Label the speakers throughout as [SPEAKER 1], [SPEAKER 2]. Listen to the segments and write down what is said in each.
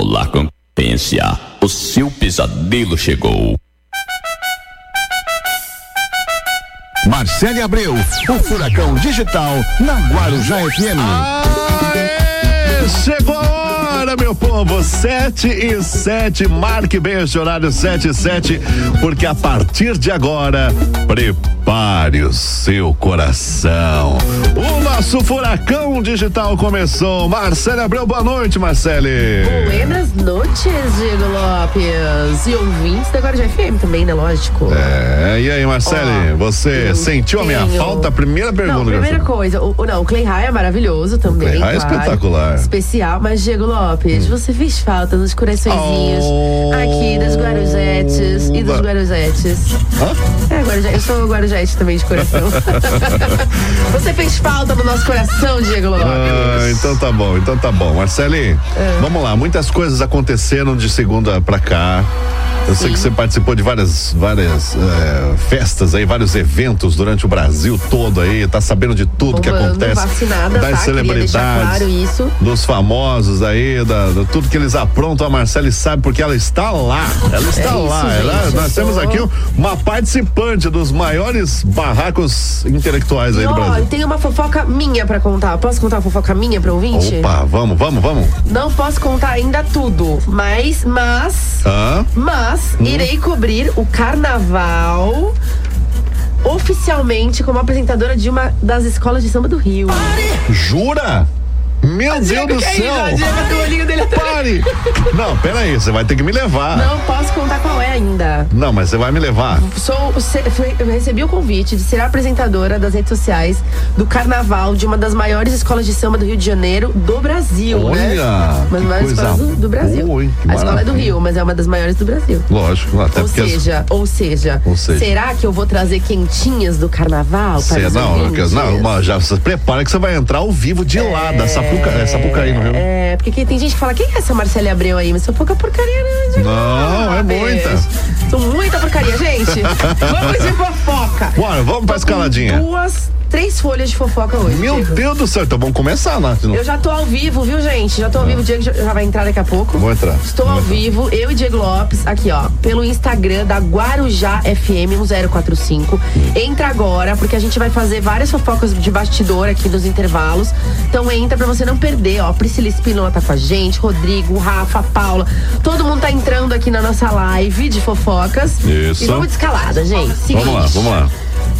[SPEAKER 1] Olá, competência. O seu pesadelo chegou.
[SPEAKER 2] Marcele Abreu, o Furacão Digital na Guarujá FM.
[SPEAKER 3] Aê, chegou a hora, meu povo. 7 e 7. Marque bem esse horário 7 e 7, porque a partir de agora, prepare o seu coração. O nosso Furacão Digital começou. Marcele Abreu, boa noite, Marcele.
[SPEAKER 4] Buenas noites, Diego Lopes. E ouvintes da Guarujá FM também, né? Lógico.
[SPEAKER 3] É, e aí, Marcele,
[SPEAKER 4] Ó,
[SPEAKER 3] você
[SPEAKER 4] eu
[SPEAKER 3] sentiu a minha
[SPEAKER 4] tenho-
[SPEAKER 3] falta? Primeira pergunta
[SPEAKER 4] Não,
[SPEAKER 3] que eu
[SPEAKER 4] primeira
[SPEAKER 3] fiz.
[SPEAKER 4] coisa, o, o- não, o Clay High é maravilhoso também.
[SPEAKER 3] Clay High é
[SPEAKER 4] claro.
[SPEAKER 3] espetacular. Hum.
[SPEAKER 4] Especial, mas Diego Lopes, você fez falta dos coraçõezinhos
[SPEAKER 3] Oh.
[SPEAKER 4] aqui das Guarujetes e dos
[SPEAKER 3] Ba-
[SPEAKER 4] Guarujetes. É, Guarujá, eu sou Guarujete também de coração. você fez falta no nosso coração, Diego Lopes.
[SPEAKER 3] Ah, então tá bom, então tá bom. Marcele,
[SPEAKER 4] Ah.
[SPEAKER 3] vamos lá. Muitas coisas aconteceram de segunda pra cá. Eu sei que você participou de várias, várias eh, festas aí, vários eventos durante o Brasil todo aí, tá sabendo de tudo que
[SPEAKER 4] Bombando,
[SPEAKER 3] acontece.
[SPEAKER 4] vacinada,
[SPEAKER 3] das
[SPEAKER 4] tá? Queria
[SPEAKER 3] celebridades.
[SPEAKER 4] deixar claro isso.
[SPEAKER 3] Dos famosos aí, da, da- tudo que eles aprontam, a Marcele sabe porque ela está lá. Ela está
[SPEAKER 4] É isso,
[SPEAKER 3] lá.
[SPEAKER 4] gente,
[SPEAKER 3] Ela-
[SPEAKER 4] eu
[SPEAKER 3] nós
[SPEAKER 4] sou-
[SPEAKER 3] temos aqui uma participante dos maiores barracos intelectuais aí
[SPEAKER 4] E
[SPEAKER 3] do
[SPEAKER 4] ó,
[SPEAKER 3] Brasil.
[SPEAKER 4] tem uma fofoca minha pra contar. Posso contar uma fofoca minha pra ouvinte?
[SPEAKER 3] Opa, vamos, vamos, vamos.
[SPEAKER 4] Não posso contar ainda tudo, mas, mas,
[SPEAKER 3] Hã?
[SPEAKER 4] mas
[SPEAKER 3] Hum.
[SPEAKER 4] irei cobrir o carnaval oficialmente como apresentadora de uma das escolas de samba do Rio.
[SPEAKER 3] Jura? Meu Deus do
[SPEAKER 4] Que é isso?
[SPEAKER 3] céu!
[SPEAKER 4] A Diego, do olhinho dele tá- até-
[SPEAKER 3] Pare! Não, peraí, você vai ter que me levar. Não,
[SPEAKER 4] Não posso contar qual é ainda.
[SPEAKER 3] mas você vai me levar.
[SPEAKER 4] Sou, se- fui- eu recebi o convite de ser apresentadora das redes sociais do carnaval de uma das maiores escolas de samba do Rio de Janeiro do Brasil, né?
[SPEAKER 3] Olha,
[SPEAKER 4] Uma das
[SPEAKER 3] que
[SPEAKER 4] maiores
[SPEAKER 3] coisa
[SPEAKER 4] escolas do, do Brasil.
[SPEAKER 3] boa, hein? Que
[SPEAKER 4] A escola é do
[SPEAKER 3] maravilha.
[SPEAKER 4] Rio, mas é uma das maiores do Brasil.
[SPEAKER 3] Lógico, até
[SPEAKER 4] Ou
[SPEAKER 3] porque. as-
[SPEAKER 4] seja, ou seja,
[SPEAKER 3] Ou seja.
[SPEAKER 4] será que eu vou trazer quentinhas do carnaval
[SPEAKER 3] Cê- é
[SPEAKER 4] para os
[SPEAKER 3] não,
[SPEAKER 4] ouvintes?
[SPEAKER 3] não, mas já se prepara que você vai entrar ao vivo de lá, da Sapuca, é, Sapucaí, não é?
[SPEAKER 4] É, porque quem- tem gente que fala, quem é essa Marcele Abreu aí? Mas sou pouca porcaria, né? de
[SPEAKER 3] Não,
[SPEAKER 4] nada,
[SPEAKER 3] é
[SPEAKER 4] bicho.
[SPEAKER 3] muita.
[SPEAKER 4] Sou muita porcaria, gente. vamos de fofoca.
[SPEAKER 3] Bora, vamos pra
[SPEAKER 4] Tô com
[SPEAKER 3] escaladinha.
[SPEAKER 4] Duas, três folhas de fofoca hoje.
[SPEAKER 3] Meu
[SPEAKER 4] Diego.
[SPEAKER 3] Deus do céu, então vamos começar, Nath.
[SPEAKER 4] Eu já tô ao vivo, viu, gente? Já tô ao vivo, o Diego já- já vai entrar daqui a pouco.
[SPEAKER 3] Vou entrar.
[SPEAKER 4] Estou
[SPEAKER 3] Vou
[SPEAKER 4] ao
[SPEAKER 3] entrar.
[SPEAKER 4] vivo, eu e Diego Lopes, aqui ó, pelo Instagram da Guarujá um FM 1045. Entra agora, porque a gente vai fazer várias fofocas de bastidor aqui nos intervalos. Então entra pra você não perder, ó. Priscila Espínola tá com a gente, Rodrigo, Rafa, Paula. Todo mundo tá entrando aqui na nossa live de fofocas.
[SPEAKER 3] Isso.
[SPEAKER 4] E vamos de escalada, gente. Seguinte.
[SPEAKER 3] Vamos lá, vamos lá.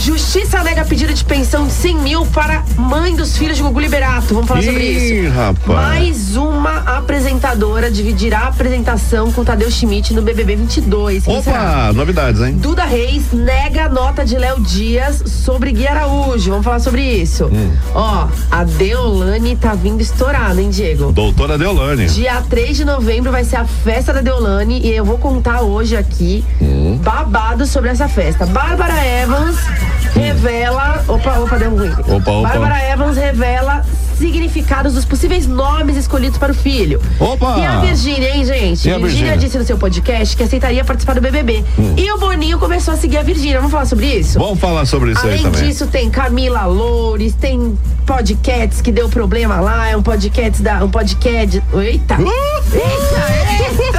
[SPEAKER 4] Justiça nega pedido de pensão de 100 mil para mãe dos filhos de Gugu Liberato. Vamos falar sobre isso.
[SPEAKER 3] Ih, rapaz.
[SPEAKER 4] Mais uma apresentadora dividirá a apresentação com Tadeu Schmidt no BBB 22. Quem será?
[SPEAKER 3] Opa, novidades, hein?
[SPEAKER 4] Duda Reis nega a nota de Léo Dias sobre Gui Araújo. Vamos falar sobre isso. Ó, a Deolane tá vindo estourada, hein, Diego?
[SPEAKER 3] Doutora Deolane.
[SPEAKER 4] Dia 3 de novembro vai ser a festa da Deolane e eu vou contar hoje aqui
[SPEAKER 3] Hum.
[SPEAKER 4] babado sobre essa festa. Bárbara Evans revela. Opa, opa, deu ruim.
[SPEAKER 3] Opa, opa.
[SPEAKER 4] Bárbara Evans revela significados dos possíveis nomes escolhidos para o filho.
[SPEAKER 3] Opa!
[SPEAKER 4] E a Virgínia, hein, gente?
[SPEAKER 3] E a Virgínia? Hum.
[SPEAKER 4] disse no seu podcast que aceitaria participar do BBB. E o Boninho começou a seguir a Virgínia. Vamos falar sobre isso?
[SPEAKER 3] Vamos falar sobre isso aí
[SPEAKER 4] Além
[SPEAKER 3] também.
[SPEAKER 4] disso, tem Camila Loures, tem podcasts que deu problema lá, é um podcast da. Um podcast. Eita!
[SPEAKER 3] Uh!
[SPEAKER 4] Eita, eita!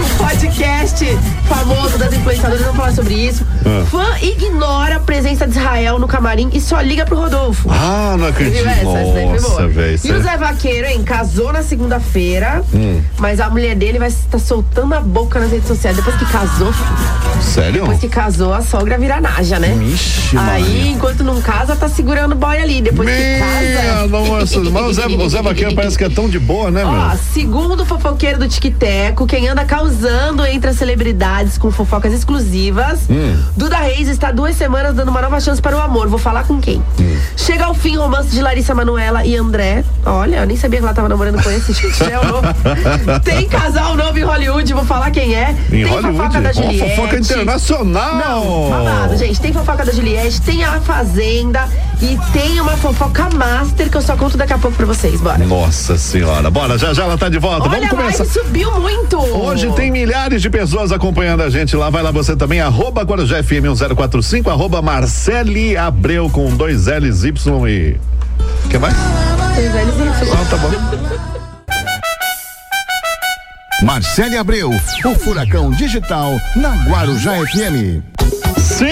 [SPEAKER 4] Um podcast famoso das influenciadoras, vamos falar sobre isso.
[SPEAKER 3] Ah.
[SPEAKER 4] Fã ignora a presença de Israel no camarim e só liga pro Rodolfo.
[SPEAKER 3] Ah, não acredito.
[SPEAKER 4] Viu essa? Essa daí né? foi boa.
[SPEAKER 3] Nossa, é- velho.
[SPEAKER 4] E o Zé Vaqueiro, hein? Casou na segunda-feira,
[SPEAKER 3] Hum.
[SPEAKER 4] mas a mulher dele vai estar soltando a boca nas redes sociais. Depois que casou,
[SPEAKER 3] Sério?
[SPEAKER 4] depois que casou, a sogra vira naja, né?
[SPEAKER 3] Ixi,
[SPEAKER 4] Aí, enquanto não casa, tá segurando o boy ali. Depois que
[SPEAKER 3] Minha
[SPEAKER 4] casa.
[SPEAKER 3] nossa, mas o Zé, o Zé Vaqueiro parece que é tão de boa, né,
[SPEAKER 4] Ó,
[SPEAKER 3] meu?
[SPEAKER 4] segundo o fofoqueiro do Tic-Teco, quem anda causando entre as celebridades com fofocas exclusivas,
[SPEAKER 3] Hum.
[SPEAKER 4] Duda Reis está duas semanas dando uma nova chance para o amor. Vou falar com quem?
[SPEAKER 3] Hum.
[SPEAKER 4] Chega ao fim o romance de Larissa Manoela e André. Olha, eu nem sabia que ela tava namorando com esse gente. né, o novo. Tem casal novo em Hollywood, vou falar quem é.
[SPEAKER 3] Em
[SPEAKER 4] Tem
[SPEAKER 3] Hollywood.
[SPEAKER 4] fofoca da
[SPEAKER 3] Uma
[SPEAKER 4] Juliette.
[SPEAKER 3] fofoca internacional.
[SPEAKER 4] Não, babado, gente. Tem fofoca da Juliette, tem a Fazenda e tem uma fofoca master que eu só conto daqui a pouco pra vocês. Bora.
[SPEAKER 3] Nossa senhora. Bora, já já ela tá de volta.
[SPEAKER 4] Olha,
[SPEAKER 3] Vamos
[SPEAKER 4] a live
[SPEAKER 3] começar.
[SPEAKER 4] subiu muito.
[SPEAKER 3] Hoje tem milhares de pessoas acompanhando a gente lá. Vai lá você também, arroba Guarujá um FM 1045, arroba Marcele Abreu com dois L's Y e. O que mais? tá
[SPEAKER 4] Tem velhos e
[SPEAKER 3] Ah, tá bom.
[SPEAKER 2] Marcele Abreu, o Furacão Digital na Guarujá FM.
[SPEAKER 3] Sim!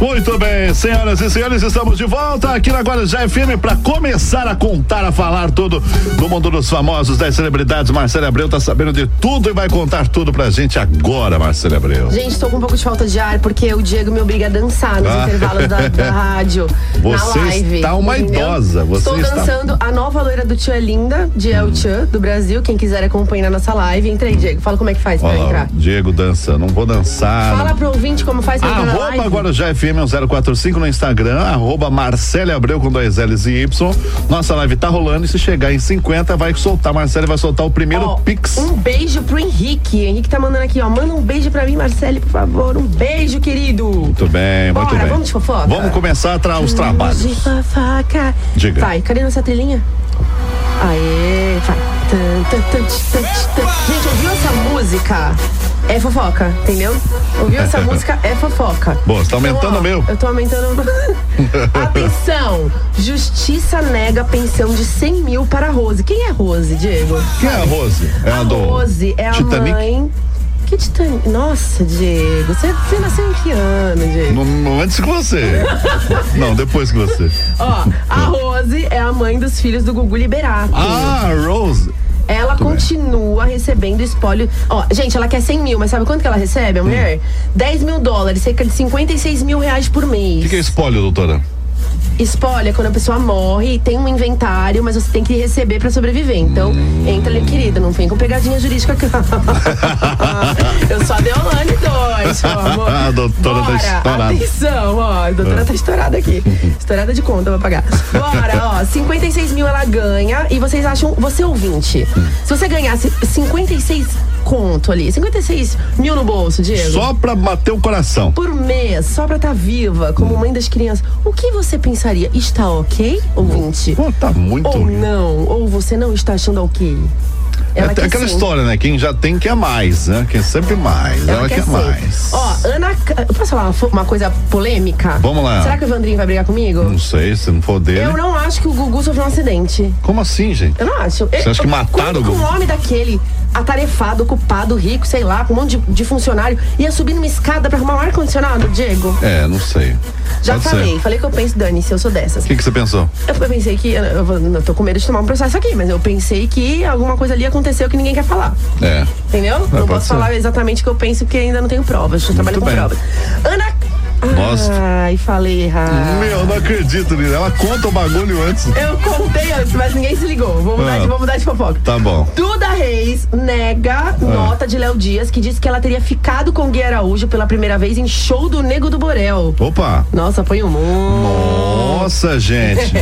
[SPEAKER 3] Muito bem, senhoras e senhores, estamos de volta aqui na Guarujá FM para começar a contar, a falar tudo do mundo dos famosos, das celebridades. Marcelo Abreu tá sabendo de tudo e vai contar tudo pra gente agora, Marcelo Abreu.
[SPEAKER 4] Gente, tô com um pouco de falta de ar porque o Diego me obriga a dançar nos
[SPEAKER 3] Ah.
[SPEAKER 4] intervalos da, da rádio,
[SPEAKER 3] Você
[SPEAKER 4] na live.
[SPEAKER 3] está uma idosa, você
[SPEAKER 4] Estou
[SPEAKER 3] está- Hum.
[SPEAKER 4] dançando a nova loira do Tio é Linda, de El Tchan, do Brasil. Quem quiser acompanhar a nossa live, entra aí, Diego. Fala como é que faz pra
[SPEAKER 3] Olha lá,
[SPEAKER 4] entrar.
[SPEAKER 3] o Diego dança, não vou dançar.
[SPEAKER 4] Fala pro ouvinte como faz pra entrar na live.
[SPEAKER 3] Arroba Guarujá um FM 1045 no Instagram, arroba Marcele Abreu com dois L's e Y. Nossa live tá rolando e se chegar em 50 vai soltar, Marcele vai soltar o primeiro
[SPEAKER 4] Ó,
[SPEAKER 3] Pix.
[SPEAKER 4] Um beijo pro Henrique. Henrique tá mandando aqui, ó. Manda um beijo pra mim, Marcele, por favor. Um beijo, querido.
[SPEAKER 3] Muito bem, muito
[SPEAKER 4] Bora,
[SPEAKER 3] bem.
[SPEAKER 4] vamos de fofoca?
[SPEAKER 3] Vamos começar a tra os trabalhos.
[SPEAKER 4] De fofoca.
[SPEAKER 3] Diga.
[SPEAKER 4] Vai, cadê nossa trilhinha? Aê, vai. Tan, tan, tan, tch, tan, tch, tan. Gente, ouviu essa música? É fofoca, entendeu? Ouviu essa música? É fofoca. Então,
[SPEAKER 3] Boa, você tá aumentando
[SPEAKER 4] ó,
[SPEAKER 3] o meu.
[SPEAKER 4] Eu tô aumentando. Atenção! Justiça nega pensão de 100 mil para Rose. Quem é Rose, Diego?
[SPEAKER 3] Quem é a Rose? É
[SPEAKER 4] a Rose é a
[SPEAKER 3] Titanic?
[SPEAKER 4] mãe. Que Titanic? Nossa, Diego, você, você nasceu em que ano, Diego?
[SPEAKER 3] No- no- Antes que você. não, depois que você.
[SPEAKER 4] Ó, a Rose é a mãe dos filhos do Gugu Liberato.
[SPEAKER 3] Ah, Rose.
[SPEAKER 4] Ela continua recebendo espólio. Ó, gente, ela quer 100 mil, mas sabe quanto que ela recebe, a
[SPEAKER 3] Hum.
[SPEAKER 4] mulher? 10 mil dólares, cerca de 56 mil reais por mês.
[SPEAKER 3] O que, que é espólio, doutora?
[SPEAKER 4] Espólio é quando a pessoa morre e tem um inventário, mas você tem que receber pra sobreviver. Então,
[SPEAKER 3] Hum.
[SPEAKER 4] entra ali, querida, não vem com pegadinha jurídica aqui. Eu sou a Deolane 2, amor.
[SPEAKER 3] A doutora tá
[SPEAKER 4] Bora,
[SPEAKER 3] estourada.
[SPEAKER 4] Atenção, ó. A doutora tá estourada aqui. Estourada de conta, vou pagar. Bora, ó. 56 mil ela ganha e vocês acham, você ouvinte,
[SPEAKER 3] Hum.
[SPEAKER 4] se você ganhasse 56 conto ali, 56 mil no bolso, Diego
[SPEAKER 3] Só pra bater o coração.
[SPEAKER 4] por mês, só pra estar viva, como mãe das crianças, o que você pensaria? Está ok, ouvinte?
[SPEAKER 3] Pô, tá muito.
[SPEAKER 4] Ou não? Ou você não está achando ok?
[SPEAKER 3] É
[SPEAKER 4] Ela quer
[SPEAKER 3] aquela
[SPEAKER 4] sim.
[SPEAKER 3] história, né? Quem já tem quer mais, né? Quem sempre mais. Ela, quer,
[SPEAKER 4] sim.
[SPEAKER 3] mais.
[SPEAKER 4] Ó, Ana. Ca- Posso falar uma, fo- uma coisa polêmica?
[SPEAKER 3] Vamos lá. Hum, né?
[SPEAKER 4] Será que o Evandrinho vai brigar comigo?
[SPEAKER 3] Não sei, se não for dele.
[SPEAKER 4] Eu não acho que o Gugu sofreu um acidente.
[SPEAKER 3] Como assim, gente?
[SPEAKER 4] Eu não acho.
[SPEAKER 3] Você acha que mataram o
[SPEAKER 4] Como
[SPEAKER 3] Gugu?
[SPEAKER 4] um homem daquele, atarefado, ocupado, rico, sei lá, com um monte de, de funcionário, ia subir numa escada pra arrumar um ar-condicionado, Diego?
[SPEAKER 3] É, não sei.
[SPEAKER 4] Já
[SPEAKER 3] Pode ser.
[SPEAKER 4] falei, falei que eu penso, Dani, se eu sou dessas.
[SPEAKER 3] O que, que você pensou?
[SPEAKER 4] Eu eu pensei que. Eu, eu- eu tô com medo de tomar um processo aqui, mas eu pensei que alguma coisa ali aconteceu que ninguém quer falar.
[SPEAKER 3] É.
[SPEAKER 4] Entendeu? não
[SPEAKER 3] pode
[SPEAKER 4] posso
[SPEAKER 3] ser.
[SPEAKER 4] falar exatamente o que eu penso, porque ainda não tenho provas. Eu trabalho com
[SPEAKER 3] bem.
[SPEAKER 4] provas. Ana.
[SPEAKER 3] Nossa.
[SPEAKER 4] Ai, falei errado.
[SPEAKER 3] Meu, não acredito nisso. Ela conta o bagulho antes.
[SPEAKER 4] Eu contei antes, mas ninguém se ligou. Vou mudar,
[SPEAKER 3] Ah.
[SPEAKER 4] de, vou mudar de fofoca.
[SPEAKER 3] Tá bom.
[SPEAKER 4] Duda Reis
[SPEAKER 3] Ah.
[SPEAKER 4] nega nota de Léo Dias que disse que ela teria ficado com Gui Araújo pela primeira vez em show do Nego do Borel.
[SPEAKER 3] Opa.
[SPEAKER 4] Nossa, foi um monte.
[SPEAKER 3] Nossa, gente.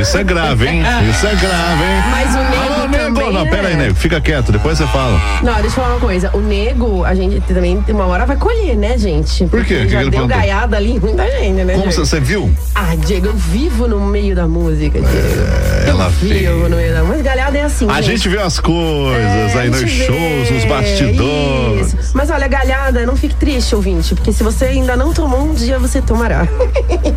[SPEAKER 3] Isso é grave, hein? Isso é grave, hein?
[SPEAKER 4] Mas o nego
[SPEAKER 3] Alô, nego.
[SPEAKER 4] também,
[SPEAKER 3] Não,
[SPEAKER 4] né?
[SPEAKER 3] pera aí, nego. Fica quieto, depois você fala.
[SPEAKER 4] Não, deixa eu falar uma coisa. O nego, a gente também, uma hora vai colher, né, gente?
[SPEAKER 3] Por quê? O que
[SPEAKER 4] já
[SPEAKER 3] que ele
[SPEAKER 4] deu
[SPEAKER 3] plantou?
[SPEAKER 4] gaiada ali em muita gente, né?
[SPEAKER 3] Como
[SPEAKER 4] Diego?
[SPEAKER 3] você, você viu?
[SPEAKER 4] Ah, Diego, eu vivo no meio da música, Diego.
[SPEAKER 3] É, ela
[SPEAKER 4] Vivo
[SPEAKER 3] fez.
[SPEAKER 4] no meio da música. Galhada é assim,
[SPEAKER 3] A gente viu as coisas
[SPEAKER 4] É,
[SPEAKER 3] aí
[SPEAKER 4] a
[SPEAKER 3] nos
[SPEAKER 4] gente
[SPEAKER 3] shows,
[SPEAKER 4] vê. é
[SPEAKER 3] nos bastidores.
[SPEAKER 4] Isso. Mas olha, galhada, não fique triste, ouvinte, porque se você ainda não tomou, um dia você tomará.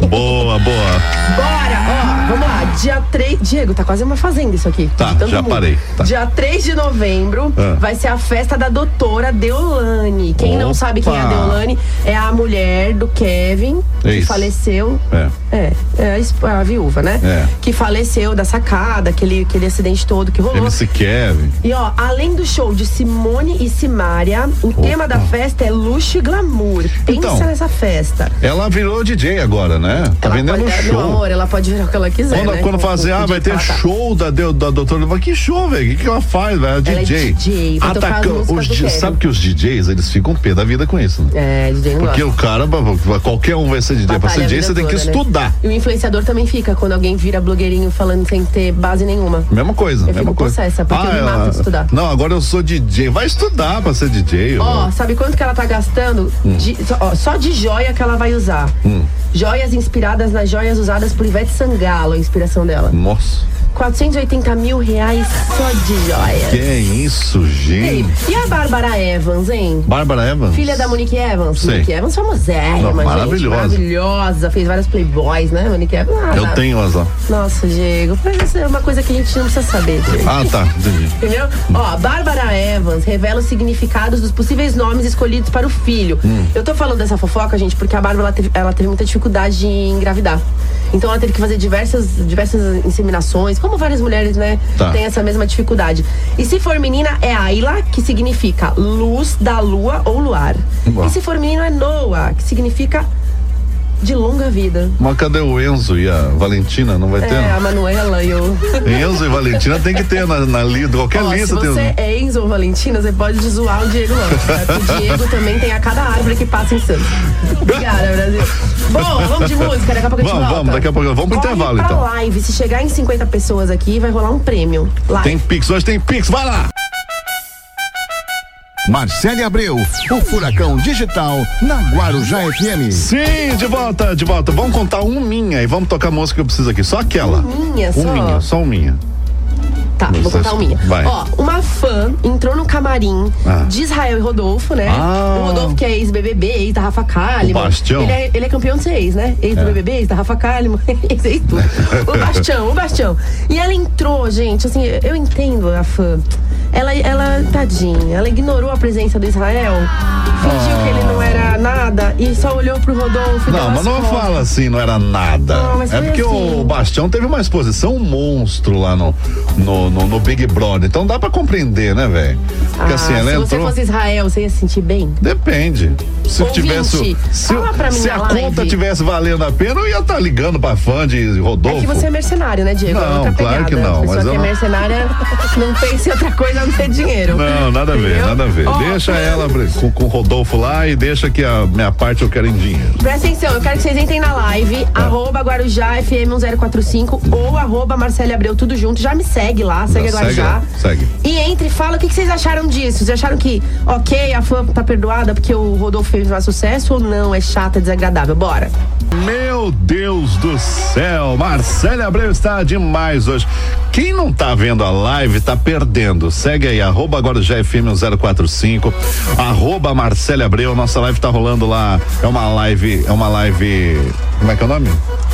[SPEAKER 3] Boa, boa.
[SPEAKER 4] Bora, ó, vamos lá. Dia 3. Diego, tá quase uma fazenda isso aqui.
[SPEAKER 3] Tá,
[SPEAKER 4] De tanto
[SPEAKER 3] já parei, tá.
[SPEAKER 4] Dia 3 de novembro
[SPEAKER 3] Ah.
[SPEAKER 4] vai ser a festa da doutora Deolane. Quem não
[SPEAKER 3] Opa.
[SPEAKER 4] sabe quem é a Deolane é a mulher do Kevin, que
[SPEAKER 3] Ex.
[SPEAKER 4] faleceu.
[SPEAKER 3] É.
[SPEAKER 4] É, é a esp- a, viúva, né?
[SPEAKER 3] É.
[SPEAKER 4] Que faleceu da sacada, aquele, aquele acidente todo que rolou.
[SPEAKER 3] MC Kevin.
[SPEAKER 4] E ó, além do show de Simone e Simária, o tema da festa é luxo e glamour. Pensa
[SPEAKER 3] Então.
[SPEAKER 4] nessa festa.
[SPEAKER 3] Ela virou DJ agora, né? Tá
[SPEAKER 4] Ela
[SPEAKER 3] vendendo
[SPEAKER 4] pode,
[SPEAKER 3] show.
[SPEAKER 4] Meu amor, ela pode virar o que ela quiser.
[SPEAKER 3] Quando,
[SPEAKER 4] né?
[SPEAKER 3] quando
[SPEAKER 4] Com-
[SPEAKER 3] fala assim,
[SPEAKER 4] com-
[SPEAKER 3] ah,
[SPEAKER 4] com-
[SPEAKER 3] vai ter
[SPEAKER 4] ela tá.
[SPEAKER 3] show da, Deu- da doutora Lima. Que show, velho? O que, que ela faz, velho?
[SPEAKER 4] Ela é
[SPEAKER 3] DJ.
[SPEAKER 4] DJ, vai tocar as
[SPEAKER 3] Atacando-
[SPEAKER 4] músicas
[SPEAKER 3] os
[SPEAKER 4] do
[SPEAKER 3] di-
[SPEAKER 4] Kevin.
[SPEAKER 3] Sabe que os DJs, eles ficam pé da vida com isso, né?
[SPEAKER 4] É, DJ não
[SPEAKER 3] Porque
[SPEAKER 4] gosta.
[SPEAKER 3] o cara, qualquer um vai ser DJ. pra
[SPEAKER 4] Batalha
[SPEAKER 3] ser
[SPEAKER 4] a
[SPEAKER 3] DJ,
[SPEAKER 4] vida
[SPEAKER 3] você tem que
[SPEAKER 4] toda, né?
[SPEAKER 3] estudar.
[SPEAKER 4] E o influenciador também fica quando alguém vira blogueirinho falando sem ter base nenhuma.
[SPEAKER 3] Mesma coisa,
[SPEAKER 4] Eu
[SPEAKER 3] mesma
[SPEAKER 4] fico
[SPEAKER 3] coisa.
[SPEAKER 4] possessa, porque me mata de estudar.
[SPEAKER 3] Não, agora eu sou DJ. Vai estudar pra ser DJ.
[SPEAKER 4] Ó,
[SPEAKER 3] ó.
[SPEAKER 4] sabe quanto que ela tá gastando?
[SPEAKER 3] Hum.
[SPEAKER 4] De- só, ó, só de joia que ela vai
[SPEAKER 3] Hum.
[SPEAKER 4] usar. Joias inspiradas nas joias usadas por Ivete Sangalo, a inspiração dela.
[SPEAKER 3] Nossa.
[SPEAKER 4] 480 mil reais só de
[SPEAKER 3] Que
[SPEAKER 4] joias.
[SPEAKER 3] é isso,
[SPEAKER 4] Ei,
[SPEAKER 3] gente?
[SPEAKER 4] E a Bárbara Evans, hein?
[SPEAKER 3] Bárbara Evans?
[SPEAKER 4] Filha da Monique Evans.
[SPEAKER 3] Sei.
[SPEAKER 4] Monique Evans famosérrima,
[SPEAKER 3] Não,
[SPEAKER 4] gente.
[SPEAKER 3] maravilhosa.
[SPEAKER 4] Maravilhosa. Fez vários playboys, né, Monique Evans? Ah,
[SPEAKER 3] Eu
[SPEAKER 4] na-
[SPEAKER 3] tenho as lá.
[SPEAKER 4] Nossa, Diego, mas isso é uma coisa que a gente não precisa saber, Diego.
[SPEAKER 3] Ah, tá. Entendi.
[SPEAKER 4] Entendeu? Ó, Bárbara Evans revela os significados dos possíveis nomes escolhidos para o filho.
[SPEAKER 3] Hum.
[SPEAKER 4] Eu tô falando dessa fofoca, gente, porque a Bárbara ela teve, ela teve muita dificuldade em engravidar. Então ela teve que fazer diversas, diversas inseminações, como várias mulheres, né?
[SPEAKER 3] Tá.
[SPEAKER 4] Tem essa mesma dificuldade. E se for menina, é Ayla, que significa luz da lua ou luar.
[SPEAKER 3] Uau.
[SPEAKER 4] E se for menino, é Noah, que significa de longa vida.
[SPEAKER 3] Mas cadê o Enzo e a Valentina? Não vai ter?
[SPEAKER 4] É, a Manuela e o.
[SPEAKER 3] Enzo e Valentina tem que ter na, na lista. Qualquer
[SPEAKER 4] Ó,
[SPEAKER 3] lista
[SPEAKER 4] se
[SPEAKER 3] tem. os-
[SPEAKER 4] você é Enzo ou Valentina, você pode zoar o Diego Lopes. Né? Porque o Diego também tem a cada árvore que passa em Santos. Obrigada, Brasil. Bom, vamos de música, daqui a pouco a gente
[SPEAKER 3] Vamos,
[SPEAKER 4] volta.
[SPEAKER 3] vamos, daqui a pouco. Vamos pro
[SPEAKER 4] Corre
[SPEAKER 3] intervalo,
[SPEAKER 4] pra
[SPEAKER 3] então.
[SPEAKER 4] live, se chegar em 50 pessoas aqui, vai rolar um prêmio. Live.
[SPEAKER 3] Tem Pix, hoje tem Pix, vai lá!
[SPEAKER 2] Marcele Abreu, o Furacão Digital na Guarujá FM.
[SPEAKER 3] Sim, de volta, de volta. Vamos contar um minha e vamos tocar a música que eu preciso aqui. Só aquela.
[SPEAKER 4] Minha,
[SPEAKER 3] Um
[SPEAKER 4] só.
[SPEAKER 3] minha, só um minha.
[SPEAKER 4] Tá, vou
[SPEAKER 3] Nossa,
[SPEAKER 4] contar o minha.
[SPEAKER 3] vai.
[SPEAKER 4] Ó, uma fã entrou no camarim
[SPEAKER 3] Ah.
[SPEAKER 4] de Israel e Rodolfo, né?
[SPEAKER 3] Ah.
[SPEAKER 4] O Rodolfo que é ex-BBB, ex da Rafa Kalimann.
[SPEAKER 3] O Bastião. É.
[SPEAKER 4] Ele é, ele é campeão de seis, né? Ex do BBB, ex da Rafa Kalimann, ex, ex tudo. o Bastião, o Bastião. E ela entrou, gente, assim, eu entendo a fã. Ela, ela, tadinha, ela ignorou a presença do Israel, fingiu que ele não era nada e só olhou pro Rodolfo e deu
[SPEAKER 3] Ah. Não, mas
[SPEAKER 4] as
[SPEAKER 3] não
[SPEAKER 4] costas.
[SPEAKER 3] fala assim, não era nada.
[SPEAKER 4] Não, mas
[SPEAKER 3] é
[SPEAKER 4] foi
[SPEAKER 3] porque
[SPEAKER 4] assim.
[SPEAKER 3] o Bastião teve uma exposição monstro lá no, no, no, no Big Brother. Então dá pra compreender, né, velho? Porque
[SPEAKER 4] Ah,
[SPEAKER 3] assim, ela
[SPEAKER 4] se você
[SPEAKER 3] entrou.
[SPEAKER 4] fosse Israel, você ia se sentir bem?
[SPEAKER 3] Depende. Se
[SPEAKER 4] Ouvinte,
[SPEAKER 3] tivesse. Se,
[SPEAKER 4] fala pra mim
[SPEAKER 3] se
[SPEAKER 4] na
[SPEAKER 3] a
[SPEAKER 4] live.
[SPEAKER 3] conta tivesse valendo a pena, eu ia estar ligando pra fã de Rodolfo.
[SPEAKER 4] É que você é mercenário, né, Diego?
[SPEAKER 3] Não,
[SPEAKER 4] é outra
[SPEAKER 3] claro
[SPEAKER 4] pegada.
[SPEAKER 3] que não,
[SPEAKER 4] A pessoa
[SPEAKER 3] mas eu
[SPEAKER 4] que é
[SPEAKER 3] não-
[SPEAKER 4] mercenária não pensa em outra coisa a não ser dinheiro.
[SPEAKER 3] Não, nada a ver,
[SPEAKER 4] Entendeu?
[SPEAKER 3] nada a ver.
[SPEAKER 4] Ó, é
[SPEAKER 3] deixa ela pre- com, com o Rodolfo lá e deixa que a minha parte eu quero em dinheiro.
[SPEAKER 4] Presta atenção, eu quero que vocês entrem na live,
[SPEAKER 3] Tá.
[SPEAKER 4] arroba Guarujá um FM 1045 ou arroba Marcele Abreu, tudo junto. Já me segue lá, segue a
[SPEAKER 3] Já
[SPEAKER 4] Guarujá.
[SPEAKER 3] segue, segue.
[SPEAKER 4] E entre e fala o que, que vocês acharam disso. Vocês acharam que, ok, a fã tá perdoada porque o Rodolfo fez mais sucesso ou não? É chata, desagradável. Bora.
[SPEAKER 3] Meu Deus do céu, Marcelo Abreu está demais hoje. Quem não tá vendo a live tá perdendo. Segue aí, arroba agora FM 045, arroba Marcelo Abreu, nossa live tá rolando lá. É uma live, é uma live, como é que é o nome?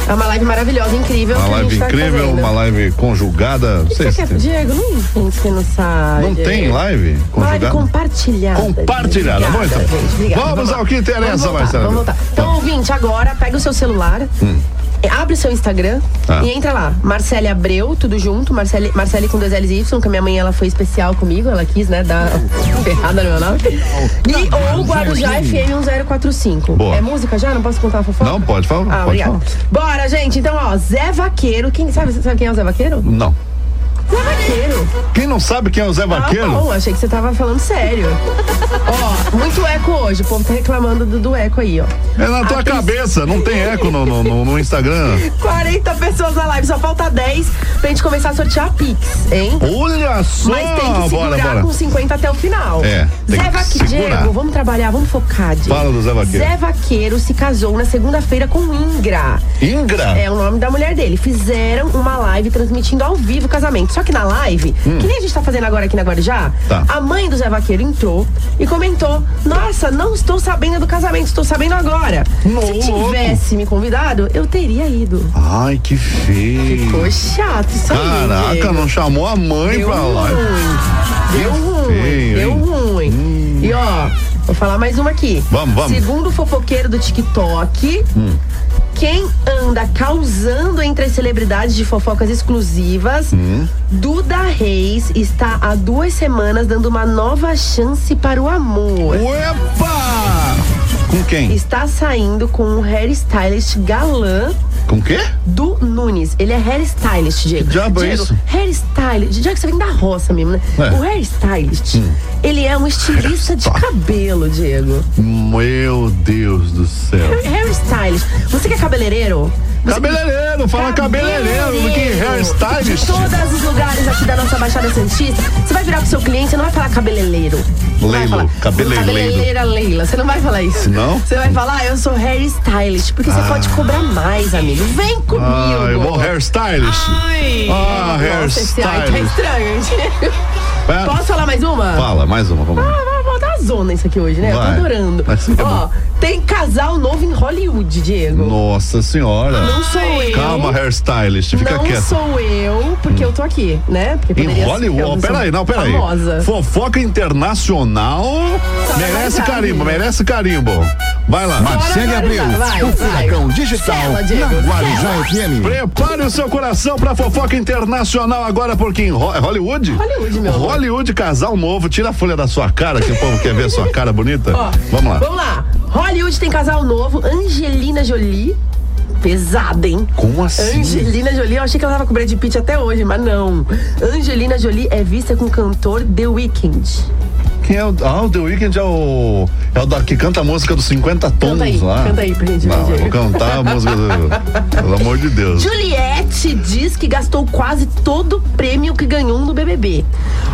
[SPEAKER 4] É uma live maravilhosa, incrível.
[SPEAKER 3] Uma
[SPEAKER 4] que a
[SPEAKER 3] live
[SPEAKER 4] gente tá
[SPEAKER 3] incrível,
[SPEAKER 4] fazendo.
[SPEAKER 3] uma live conjugada, não sei
[SPEAKER 4] Você
[SPEAKER 3] se
[SPEAKER 4] quer,
[SPEAKER 3] tem.
[SPEAKER 4] Diego, não finge que não sabe.
[SPEAKER 3] Não tem live
[SPEAKER 4] Live
[SPEAKER 3] conjugada?
[SPEAKER 4] compartilhada.
[SPEAKER 3] Compartilhada,
[SPEAKER 4] gente. Obrigada,
[SPEAKER 3] muito.
[SPEAKER 4] gente, obrigada.
[SPEAKER 3] tá então. Vamos ao que interessa,
[SPEAKER 4] Vamos voltar,
[SPEAKER 3] Marcela.
[SPEAKER 4] Vamos voltar. Então, ouvinte, agora pega o seu celular,
[SPEAKER 3] Hum.
[SPEAKER 4] eh, abre o seu Instagram
[SPEAKER 3] Tá.
[SPEAKER 4] e entra lá. Marcele Abreu, tudo junto. Marcele, Marcele com dois L's e Y, que a minha mãe ela foi especial comigo, ela quis, né, dar
[SPEAKER 3] Hum.
[SPEAKER 4] ferrada no meu nome. E ou Guarujá um FM 1045.
[SPEAKER 3] Tá Boa.
[SPEAKER 4] É música já? Não posso contar a fofoca?
[SPEAKER 3] Não, pode falar,
[SPEAKER 4] Ah,
[SPEAKER 3] pode
[SPEAKER 4] obrigada. Bora, gente. Então, ó, Zé Vaqueiro. Quem sabe, sabe quem é o Zé Vaqueiro?
[SPEAKER 3] Não.
[SPEAKER 4] Zé Vaqueiro.
[SPEAKER 3] Quem não sabe quem é o Zé
[SPEAKER 4] Ah,
[SPEAKER 3] Vaqueiro?
[SPEAKER 4] bom, achei que você tava falando sério. ó, muito eco hoje. O povo tá reclamando do, do eco aí, ó.
[SPEAKER 3] É na
[SPEAKER 4] Ah,
[SPEAKER 3] tua cabeça, não tem eco no, no, no- no Instagram.
[SPEAKER 4] 40 pessoas na live, só falta 10 pra gente começar a sortear a Pix, hein?
[SPEAKER 3] Olha só!
[SPEAKER 4] Mas tem que segurar
[SPEAKER 3] Ah, bora, bora.
[SPEAKER 4] com 50 até o final.
[SPEAKER 3] É, tem
[SPEAKER 4] Zé
[SPEAKER 3] que
[SPEAKER 4] Vaqueiro,
[SPEAKER 3] segurar.
[SPEAKER 4] Diego, vamos trabalhar, vamos focar, Diego.
[SPEAKER 3] Fala do Zé Vaqueiro.
[SPEAKER 4] Zé Vaqueiro se casou na segunda-feira com Ingra.
[SPEAKER 3] Ingra?
[SPEAKER 4] É o nome da mulher dele. Fizeram uma live transmitindo ao vivo o casamento. Só que na live, que nem a gente tá fazendo agora aqui na Guarujá,
[SPEAKER 3] Hum. Tá.
[SPEAKER 4] a mãe do Zé Vaqueiro entrou e comentou: Nossa, não estou sabendo do casamento, estou sabendo agora.
[SPEAKER 3] Não,
[SPEAKER 4] Se
[SPEAKER 3] louco.
[SPEAKER 4] tivesse me convidado, eu teria ido.
[SPEAKER 3] Ai, que feio.
[SPEAKER 4] Ficou chato isso aí.
[SPEAKER 3] Caraca,
[SPEAKER 4] Diego.
[SPEAKER 3] não chamou a mãe
[SPEAKER 4] Deu um
[SPEAKER 3] pra lá.
[SPEAKER 4] ruim. Deu um ruim.
[SPEAKER 3] feio,
[SPEAKER 4] deu
[SPEAKER 3] hein? Hum.
[SPEAKER 4] ruim. E ó, vou falar mais uma aqui.
[SPEAKER 3] Vamos, vamos. Hum.
[SPEAKER 4] Segundo o fofoqueiro do TikTok. Quem anda causando entre as celebridades de fofocas exclusivas,
[SPEAKER 3] Hum.
[SPEAKER 4] Duda Reis está há duas semanas dando uma nova chance para o amor.
[SPEAKER 3] Hum. Uepa! Com quem?
[SPEAKER 4] Está saindo com um hairstylist galã
[SPEAKER 3] Com quê?
[SPEAKER 4] do Nunes. Ele é hairstylist, Diego.
[SPEAKER 3] Que diabo é
[SPEAKER 4] Diego,
[SPEAKER 3] isso?
[SPEAKER 4] Hairstylist. Diego, você vem da roça mesmo, né?
[SPEAKER 3] É. Hum.
[SPEAKER 4] O hairstylist, ele é um estilista de cabelo, Diego.
[SPEAKER 3] Meu Deus do céu.
[SPEAKER 4] Hairstylist. Você que é cabeleireiro? Você é
[SPEAKER 3] Cabeleireiro, fala é cabeleireiro, que
[SPEAKER 4] De
[SPEAKER 3] hairstylist.
[SPEAKER 4] todos os lugares aqui da nossa Baixada Santista, você vai virar pro seu cliente, você não vai falar cabeleireiro. Não vai
[SPEAKER 3] Leilo,
[SPEAKER 4] falar.
[SPEAKER 3] cabeleireiro.
[SPEAKER 4] Cabeleireira Leila. Você não vai falar isso.
[SPEAKER 3] Não? Ah.
[SPEAKER 4] Você vai falar, ah, eu sou hairstylist. Porque você pode cobrar mais, amigo. Vem comigo.
[SPEAKER 3] Ai, bom Ah, hairstylist.
[SPEAKER 4] Ai.
[SPEAKER 3] Ah,
[SPEAKER 4] Nossa, esse ai tá
[SPEAKER 3] hairstylist.
[SPEAKER 4] estranho, hein, Diego?
[SPEAKER 3] Vai.
[SPEAKER 4] Ah, Posso falar mais uma?
[SPEAKER 3] Fala, mais uma, vamos lá.
[SPEAKER 4] Ah, vai botar zona isso aqui hoje, né? Eu
[SPEAKER 3] Vai.
[SPEAKER 4] tô adorando.
[SPEAKER 3] Vai ser
[SPEAKER 4] Ó,
[SPEAKER 3] bom.
[SPEAKER 4] tem casal novo em Hollywood, Diego.
[SPEAKER 3] Nossa senhora.
[SPEAKER 4] Não sou eu.
[SPEAKER 3] Calma, hairstylist, fica
[SPEAKER 4] não
[SPEAKER 3] quieto.
[SPEAKER 4] sou eu, porque eu tô aqui, né? Porque
[SPEAKER 3] Em
[SPEAKER 4] poderia ser é
[SPEAKER 3] Hollywood,
[SPEAKER 4] uma
[SPEAKER 3] Ó,
[SPEAKER 4] pessoa
[SPEAKER 3] peraí, não, peraí.
[SPEAKER 4] Famosa.
[SPEAKER 3] Fofoca internacional
[SPEAKER 4] Só na
[SPEAKER 3] merece
[SPEAKER 4] verdade.
[SPEAKER 3] carimbo, merece carimbo. Vai lá.
[SPEAKER 2] Marcele
[SPEAKER 4] Bora,
[SPEAKER 2] Abreu,
[SPEAKER 4] bora, vai,
[SPEAKER 2] o Furacão
[SPEAKER 4] vai.
[SPEAKER 2] Digital,
[SPEAKER 4] Sela, Diego,
[SPEAKER 2] na Guarujá FM.
[SPEAKER 3] Prepare o seu coração pra fofoca internacional agora, porque em Ho- é Hollywood?
[SPEAKER 4] Hollywood, meu amor.
[SPEAKER 3] Hollywood, casal novo, tira a folha da sua cara, que o povo quer ver sua cara bonita.
[SPEAKER 4] Ó,
[SPEAKER 3] vamos lá.
[SPEAKER 4] Vamos lá. Hollywood tem casal novo, Angelina Jolie. Pesada, hein?
[SPEAKER 3] Como assim?
[SPEAKER 4] Angelina Jolie, eu achei que ela tava com o Brad Pitt até hoje, mas não. Angelina Jolie é vista com o cantor The Weeknd.
[SPEAKER 3] Quem é o. Ah, o The Weeknd é o. É o da, que canta a música dos 50 tons
[SPEAKER 4] Canta aí,
[SPEAKER 3] lá.
[SPEAKER 4] canta aí pra gente ver,
[SPEAKER 3] Não, eu vou
[SPEAKER 4] Diego.
[SPEAKER 3] cantar a música do. Pelo amor de Deus.
[SPEAKER 4] Juliette diz que gastou quase todo o prêmio que ganhou no BBB.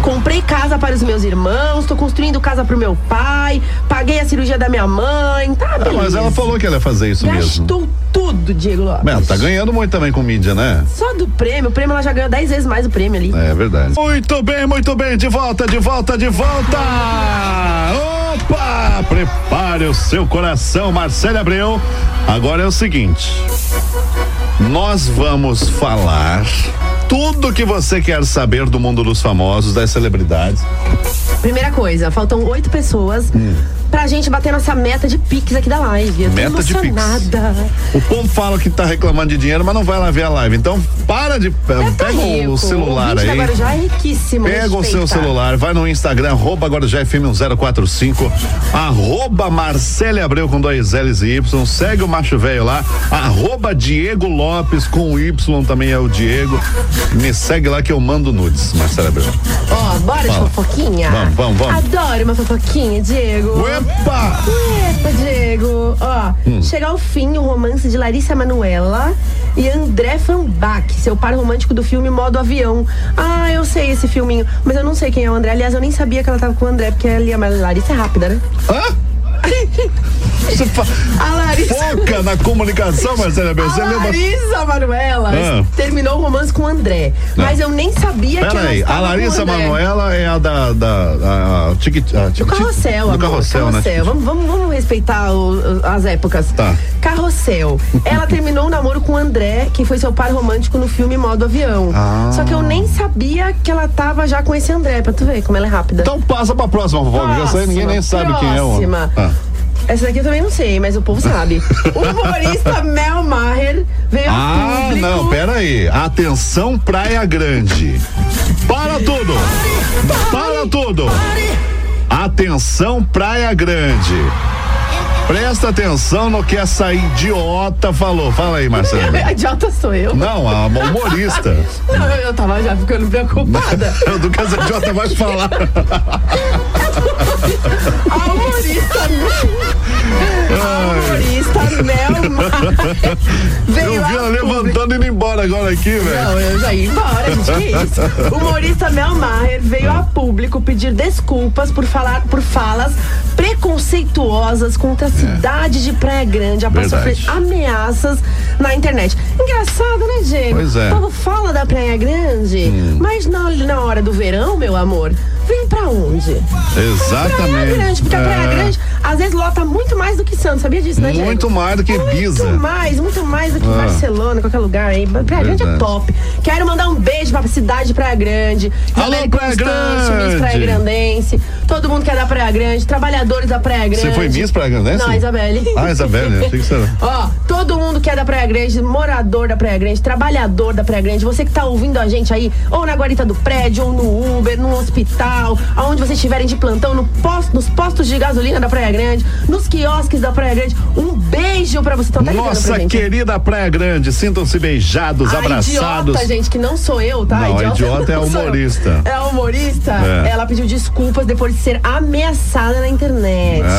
[SPEAKER 4] Comprei casa para os meus irmãos, tô construindo casa pro meu pai, paguei a cirurgia da minha mãe, tá
[SPEAKER 3] Ah,
[SPEAKER 4] beleza.
[SPEAKER 3] mas ela falou que ela ia fazer isso mesmo.
[SPEAKER 4] Gastou tudo, Diego Lopes.
[SPEAKER 3] Bem, tá ganhando muito também com mídia, né?
[SPEAKER 4] Só do prêmio, o prêmio ela já ganhou 10 vezes mais o prêmio ali.
[SPEAKER 3] É verdade. Muito bem, muito bem. De volta, de volta, de volta. Opa! Prepare o seu coração, Marcelo Abreu. Agora é o seguinte: nós vamos falar tudo que você quer saber do mundo dos famosos, das celebridades.
[SPEAKER 4] Primeira coisa, faltam oito pessoas
[SPEAKER 3] Hum.
[SPEAKER 4] pra gente bater nossa meta de Pix aqui da live. Eu tô
[SPEAKER 3] Meta de Pix.
[SPEAKER 4] emocionada.
[SPEAKER 3] O povo fala que tá reclamando de dinheiro, mas não vai lá ver a live. Então, para de.
[SPEAKER 4] Eu tô
[SPEAKER 3] Pega
[SPEAKER 4] rico.
[SPEAKER 3] o celular
[SPEAKER 4] ouvinte
[SPEAKER 3] aí.
[SPEAKER 4] da Guarujá é riquíssimo.
[SPEAKER 3] Pega o seu
[SPEAKER 4] respeita.
[SPEAKER 3] celular, vai no Instagram, arroba agora já FM1045, arroba Marcele Abreu com dois L's e Y, segue o macho velho lá, arroba Diego Lopes com Y também é o Diego. Me segue lá que eu mando nudes, Marcele Abreu.
[SPEAKER 4] Ó, bora
[SPEAKER 3] Fala.
[SPEAKER 4] de fofoquinha?
[SPEAKER 3] Vamos, vamos, vamos.
[SPEAKER 4] Adoro uma fofoquinha, Diego.
[SPEAKER 3] Epa!
[SPEAKER 4] Epa, Diego. Ó,
[SPEAKER 3] Hum.
[SPEAKER 4] chega ao fim o romance de Larissa Manuela e André Fambach, seu par romântico do filme Modo Avião. Ah, eu sei esse filminho, mas eu não sei quem é o André. Aliás, eu nem sabia que ela tava com o André, porque ali a Larissa é rápida, né?
[SPEAKER 3] Hã? Você fa-
[SPEAKER 4] A Larissa.
[SPEAKER 3] foca na comunicação, Marcele Abreu. Você
[SPEAKER 4] A
[SPEAKER 3] lembra?
[SPEAKER 4] Larissa Manuela
[SPEAKER 3] é Ah.
[SPEAKER 4] terminou o romance com o André. Mas eu nem sabia que ela
[SPEAKER 3] Peraí,
[SPEAKER 4] estava
[SPEAKER 3] a
[SPEAKER 4] com o
[SPEAKER 3] Larissa
[SPEAKER 4] André.
[SPEAKER 3] Manoela é a da. da, da a tiqui- a tiqui-
[SPEAKER 4] né? Do carrossel,
[SPEAKER 3] Tipo, Do
[SPEAKER 4] amor.
[SPEAKER 3] carrossel, né?
[SPEAKER 4] Vamos, vamos, vamos respeitar o- as épocas.
[SPEAKER 3] Tá.
[SPEAKER 4] Carrossel. Ela terminou o namoro com o André, que foi seu par romântico no filme Modo Avião.
[SPEAKER 3] Ah.
[SPEAKER 4] Só que eu nem sabia que ela tava já com esse André, pra tu ver como ela é rápida.
[SPEAKER 3] Então passa pra próxima, fofoca. que Essa aí ninguém nem sabe quem é o.
[SPEAKER 4] Próxima.
[SPEAKER 3] Ah.
[SPEAKER 4] Essa daqui eu também não sei, mas o povo sabe. O humorista Mel Maher veio ao
[SPEAKER 3] Ah,
[SPEAKER 4] público.
[SPEAKER 3] não, peraí. Atenção, Praia Grande. Para tudo! Para tudo! Atenção, Praia Grande. Presta atenção no que essa idiota falou. Fala aí, Marcelo.
[SPEAKER 4] A idiota sou eu.
[SPEAKER 3] Não, a humorista.
[SPEAKER 4] Não, eu eu tava já ficando preocupada.
[SPEAKER 3] Do que essa idiota vai falar.
[SPEAKER 4] A humorista. A humorista Mel Maher veio
[SPEAKER 3] Eu vi ela
[SPEAKER 4] ao público.
[SPEAKER 3] levantando e indo embora agora aqui, velho.
[SPEAKER 4] Não, eu é já ia embora, gente. Que isso? O humorista Mel Maher veio a público pedir desculpas por falar por falas preconceituosas contra a cidade de Praia Grande após
[SPEAKER 3] É. Verdade.
[SPEAKER 4] sofrer ameaças na internet. Engraçado, né, Diego?
[SPEAKER 3] Pois é. Hum.
[SPEAKER 4] O povo fala da Praia Grande, mas na, na hora do verão, meu amor, vem pra onde? Praia
[SPEAKER 3] Exatamente.
[SPEAKER 4] Grande, porque a Praia
[SPEAKER 3] É.
[SPEAKER 4] Grande às vezes lota muito mais do que Santos, sabia disso, né, Diego?
[SPEAKER 3] Muito mais do que
[SPEAKER 4] muito
[SPEAKER 3] Ibiza.
[SPEAKER 4] mais, muito mais do que
[SPEAKER 3] Ah.
[SPEAKER 4] Barcelona, qualquer lugar, hein? Praia Grande é
[SPEAKER 3] Verdade.
[SPEAKER 4] top. Quero mandar um beijo pra cidade de Praia Grande.
[SPEAKER 3] Alô,
[SPEAKER 4] Isabelle
[SPEAKER 3] Praia
[SPEAKER 4] Constâncio,
[SPEAKER 3] Grande.
[SPEAKER 4] Miss Praia Grandense. Todo mundo que é da Praia Grande, trabalhadores da Praia Grande.
[SPEAKER 3] Você foi Miss Praia Grande, né?
[SPEAKER 4] Não, a Isabelle.
[SPEAKER 3] Ah, Isabelle, achei que você era.
[SPEAKER 4] Ó, todo mundo que é da Praia Grande, morador da Praia Grande, trabalhador da Praia Grande, você que tá ouvindo a gente aí, ou na guarita do prédio, ou no Uber, no hospital, aonde vocês estiverem de plantão, no posto- nos postos de gasolina da Praia Grande, nos quiosques da Praia Grande, um beijo pra você. Então tá ligando
[SPEAKER 3] Nossa
[SPEAKER 4] pra gente.
[SPEAKER 3] querida Praia Grande, sintam-se beijados,
[SPEAKER 4] A
[SPEAKER 3] abraçados.
[SPEAKER 4] idiota, gente, que não sou eu, tá?
[SPEAKER 3] Não, a idiota é a
[SPEAKER 4] não sou eu.
[SPEAKER 3] humorista.
[SPEAKER 4] É a humorista?
[SPEAKER 3] É.
[SPEAKER 4] Ela pediu desculpas depois de ser ameaçada na internet.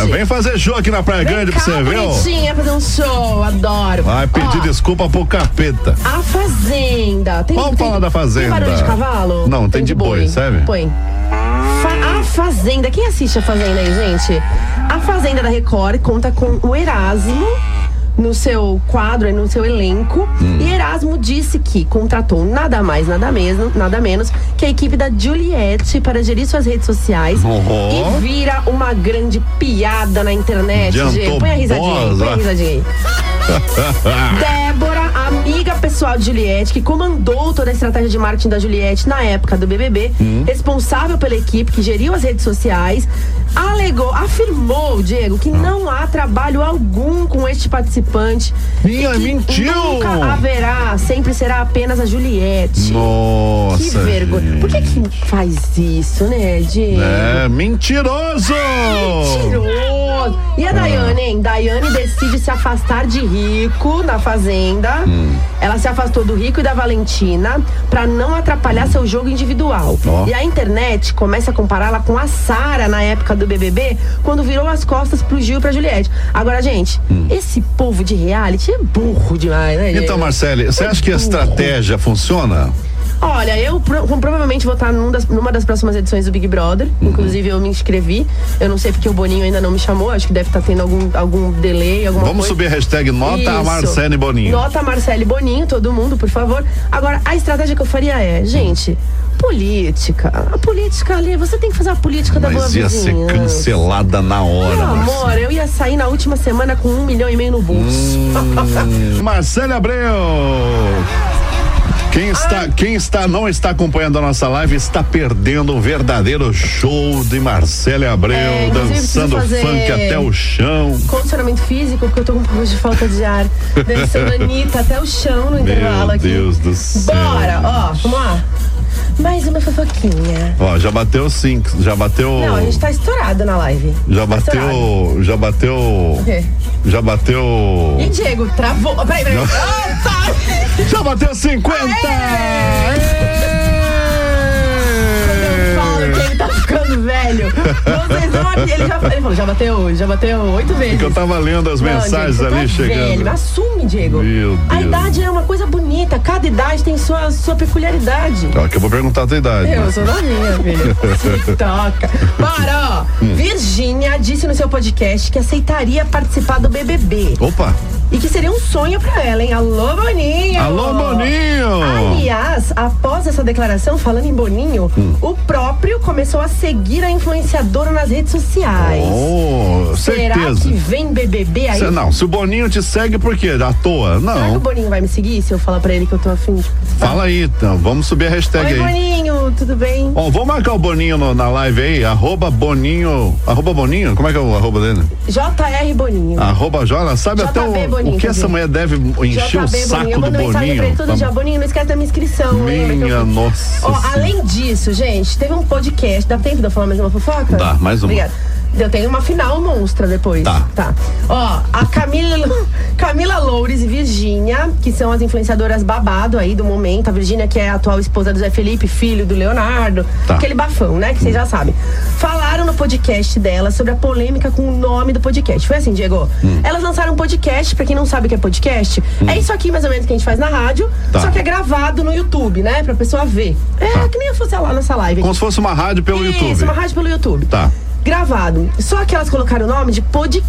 [SPEAKER 3] É, vem fazer show aqui na Praia Grande pra você ver. ó.
[SPEAKER 4] bonitinha, fazer um show, adoro.
[SPEAKER 3] Vai pedir
[SPEAKER 4] Ó,
[SPEAKER 3] desculpa pro capeta.
[SPEAKER 4] A Fazenda. Tem,
[SPEAKER 3] Vamos
[SPEAKER 4] tem-
[SPEAKER 3] falar da Fazenda.
[SPEAKER 4] Tem barulho de cavalo?
[SPEAKER 3] Não, tem de boi, sabe?
[SPEAKER 4] Põe. Fa- a Fazenda. Quem assiste a Fazenda aí, gente? A Fazenda da Record conta com o Erasmo no seu quadro, no seu elenco.
[SPEAKER 3] Hum.
[SPEAKER 4] E Erasmo disse que contratou nada mais, nada mesmo, nada menos que a equipe da Juliette para gerir suas redes sociais.
[SPEAKER 3] Uhum.
[SPEAKER 4] E vira uma grande piada na internet,
[SPEAKER 3] Adiantou
[SPEAKER 4] gente. Põe a risadinha aí, põe
[SPEAKER 3] bola.
[SPEAKER 4] a risadinha aí. Débora, amiga pessoal de Juliette, que comandou toda a estratégia de marketing da Juliette na época do BBB,
[SPEAKER 3] Hum.
[SPEAKER 4] responsável pela equipe que geriu as redes sociais, alegou, afirmou, Diego, que não há trabalho algum com este participante.
[SPEAKER 3] Minha,
[SPEAKER 4] que
[SPEAKER 3] mentiu!
[SPEAKER 4] Nunca haverá, sempre será apenas a Juliette.
[SPEAKER 3] Nossa.
[SPEAKER 4] que vergonha.
[SPEAKER 3] gente.
[SPEAKER 4] Por que que faz isso, né, Diego?
[SPEAKER 3] É mentiroso!
[SPEAKER 4] Mentiroso! E a Daiane, hein? Daiane decide se afastar de Rico na fazenda. Ela se afastou do Rico e da Valentina pra não atrapalhar seu jogo individual.
[SPEAKER 3] Ó.
[SPEAKER 4] E a internet começa a compará-la com a Sara na época do BBB, quando virou as costas pro Gil e pra Juliette. Agora, gente, esse povo de reality é burro demais, né, gente?
[SPEAKER 3] Então, Marcele, você acha que a estratégia funciona?
[SPEAKER 4] Olha, eu pro- provavelmente vou estar num das- numa das próximas edições do Big Brother.
[SPEAKER 3] Uhum.
[SPEAKER 4] Inclusive, eu me inscrevi. Eu não sei porque o Boninho ainda não me chamou. Acho que deve estar tendo algum, algum delay, alguma
[SPEAKER 3] Vamos
[SPEAKER 4] coisa.
[SPEAKER 3] subir a hashtag Nota a
[SPEAKER 4] Isso.
[SPEAKER 3] Marcele Boninho.
[SPEAKER 4] Nota Marcele Boninho, todo mundo, por favor. Agora, a estratégia que eu faria é, gente, política. A política ali, você tem que fazer a política da boa
[SPEAKER 3] Mas ia ser
[SPEAKER 4] vizinhança.
[SPEAKER 3] cancelada na hora,
[SPEAKER 4] Meu
[SPEAKER 3] Marcele.
[SPEAKER 4] amor, eu ia sair na última semana com um milhão e meio no bolso.
[SPEAKER 3] Hum. Marcele Abreu. Quem está, quem está, não está acompanhando a nossa live, está perdendo um verdadeiro show de Marcele Abreu,
[SPEAKER 4] É, inclusive preciso
[SPEAKER 3] dançando
[SPEAKER 4] fazer-
[SPEAKER 3] funk até o chão.
[SPEAKER 4] condicionamento físico, porque eu tô com um pouco de falta de ar. Dançando Anitta até o chão no intervalo aqui.
[SPEAKER 3] Deus do céu.
[SPEAKER 4] Bora, ó,
[SPEAKER 3] Hum.
[SPEAKER 4] vamos lá. Mais uma fofoquinha.
[SPEAKER 3] Ó, já bateu cinco, já bateu.
[SPEAKER 4] Não, a gente tá estourado na live.
[SPEAKER 3] Já
[SPEAKER 4] Tá estourado.
[SPEAKER 3] bateu. Já bateu.
[SPEAKER 4] quê?
[SPEAKER 3] Já bateu.
[SPEAKER 4] Ih, Diego, travou. Ó, Peraí, peraí. Opa!
[SPEAKER 3] Já bateu É. 50!
[SPEAKER 4] Eu falo que ele tá ficando velho. Vocês vão aqui. Ele, já, ele falou, já bateu, já bateu oito vezes.
[SPEAKER 3] É Que eu tava lendo as
[SPEAKER 4] Não,
[SPEAKER 3] mensagens
[SPEAKER 4] Diego,
[SPEAKER 3] ali
[SPEAKER 4] você tá
[SPEAKER 3] chegando.
[SPEAKER 4] velho. Assume, Diego.
[SPEAKER 3] Meu
[SPEAKER 4] A
[SPEAKER 3] Deus.
[SPEAKER 4] idade é uma coisa bonita. Cada idade tem sua, sua peculiaridade.
[SPEAKER 3] Ó, é que eu vou perguntar a tua idade.
[SPEAKER 4] Eu
[SPEAKER 3] né?
[SPEAKER 4] sou novinha, filho. Se toca. Para, ó.
[SPEAKER 3] Hum.
[SPEAKER 4] Virgínia disse no seu podcast que aceitaria participar do BBB.
[SPEAKER 3] Opa!
[SPEAKER 4] E que seria um sonho pra ela, hein? Alô, Boninho!
[SPEAKER 3] Alô, Boninho!
[SPEAKER 4] Aliás, após essa declaração, falando em Boninho,
[SPEAKER 3] Hum.
[SPEAKER 4] o próprio começou a seguir a influenciadora nas redes sociais.
[SPEAKER 3] Oh,
[SPEAKER 4] Será
[SPEAKER 3] certeza.
[SPEAKER 4] que vem BBB aí?
[SPEAKER 3] Cê- não, se o Boninho te segue por quê? À toa?
[SPEAKER 4] Será que o
[SPEAKER 3] Não.
[SPEAKER 4] Boninho vai me seguir se eu falar pra ele que eu tô afim? de participar?
[SPEAKER 3] Fala aí, então. Vamos subir a hashtag
[SPEAKER 4] Oi,
[SPEAKER 3] aí.
[SPEAKER 4] Boninho, tudo bem?
[SPEAKER 3] Ó, vou marcar o Boninho no- na live aí, arroba Boninho, arroba Boninho, como é que é o arroba dele?
[SPEAKER 4] JR Boninho.
[SPEAKER 3] Arroba Jola, sabe
[SPEAKER 4] JB
[SPEAKER 3] até o,
[SPEAKER 4] Boninho,
[SPEAKER 3] o que
[SPEAKER 4] quer
[SPEAKER 3] essa
[SPEAKER 4] dizer.
[SPEAKER 3] mulher deve encher o
[SPEAKER 4] JB
[SPEAKER 3] saco
[SPEAKER 4] Boninho. Eu
[SPEAKER 3] do
[SPEAKER 4] mando tá mensagem pra
[SPEAKER 3] Boninho.
[SPEAKER 4] ele todo dia. Boninho, não esquece da minha inscrição. lembra que eu
[SPEAKER 3] Minha
[SPEAKER 4] fiz?
[SPEAKER 3] nossa.
[SPEAKER 4] um Ó,
[SPEAKER 3] senhora.
[SPEAKER 4] além disso, gente, teve um podcast. Dá tempo de eu falar mais uma fofoca?
[SPEAKER 3] Dá, mais uma.
[SPEAKER 4] Obrigada. Eu tenho uma final monstra depois.
[SPEAKER 3] Tá.
[SPEAKER 4] Ó, a Camila, Camila Loures e Virgínia, que são as influenciadoras babado aí do momento. A Virgínia, que é a atual esposa do Zé Felipe, filho do Leonardo.
[SPEAKER 3] Tá.
[SPEAKER 4] Aquele bafão, né? Que vocês já sabem. Falaram no podcast dela sobre a polêmica com o nome do podcast. Foi assim, Diego?
[SPEAKER 3] Hum.
[SPEAKER 4] Elas lançaram um podcast, pra quem não sabe o que é podcast, é isso aqui mais ou menos que a gente faz na rádio,
[SPEAKER 3] Tá.
[SPEAKER 4] só que é gravado no YouTube, né? Pra pessoa ver. É que nem eu fosse lá nessa live.
[SPEAKER 3] Como se fosse uma rádio pelo
[SPEAKER 4] Isso,
[SPEAKER 3] YouTube.
[SPEAKER 4] uma rádio pelo YouTube.
[SPEAKER 3] Tá.
[SPEAKER 4] Gravado. Só que elas colocaram o nome de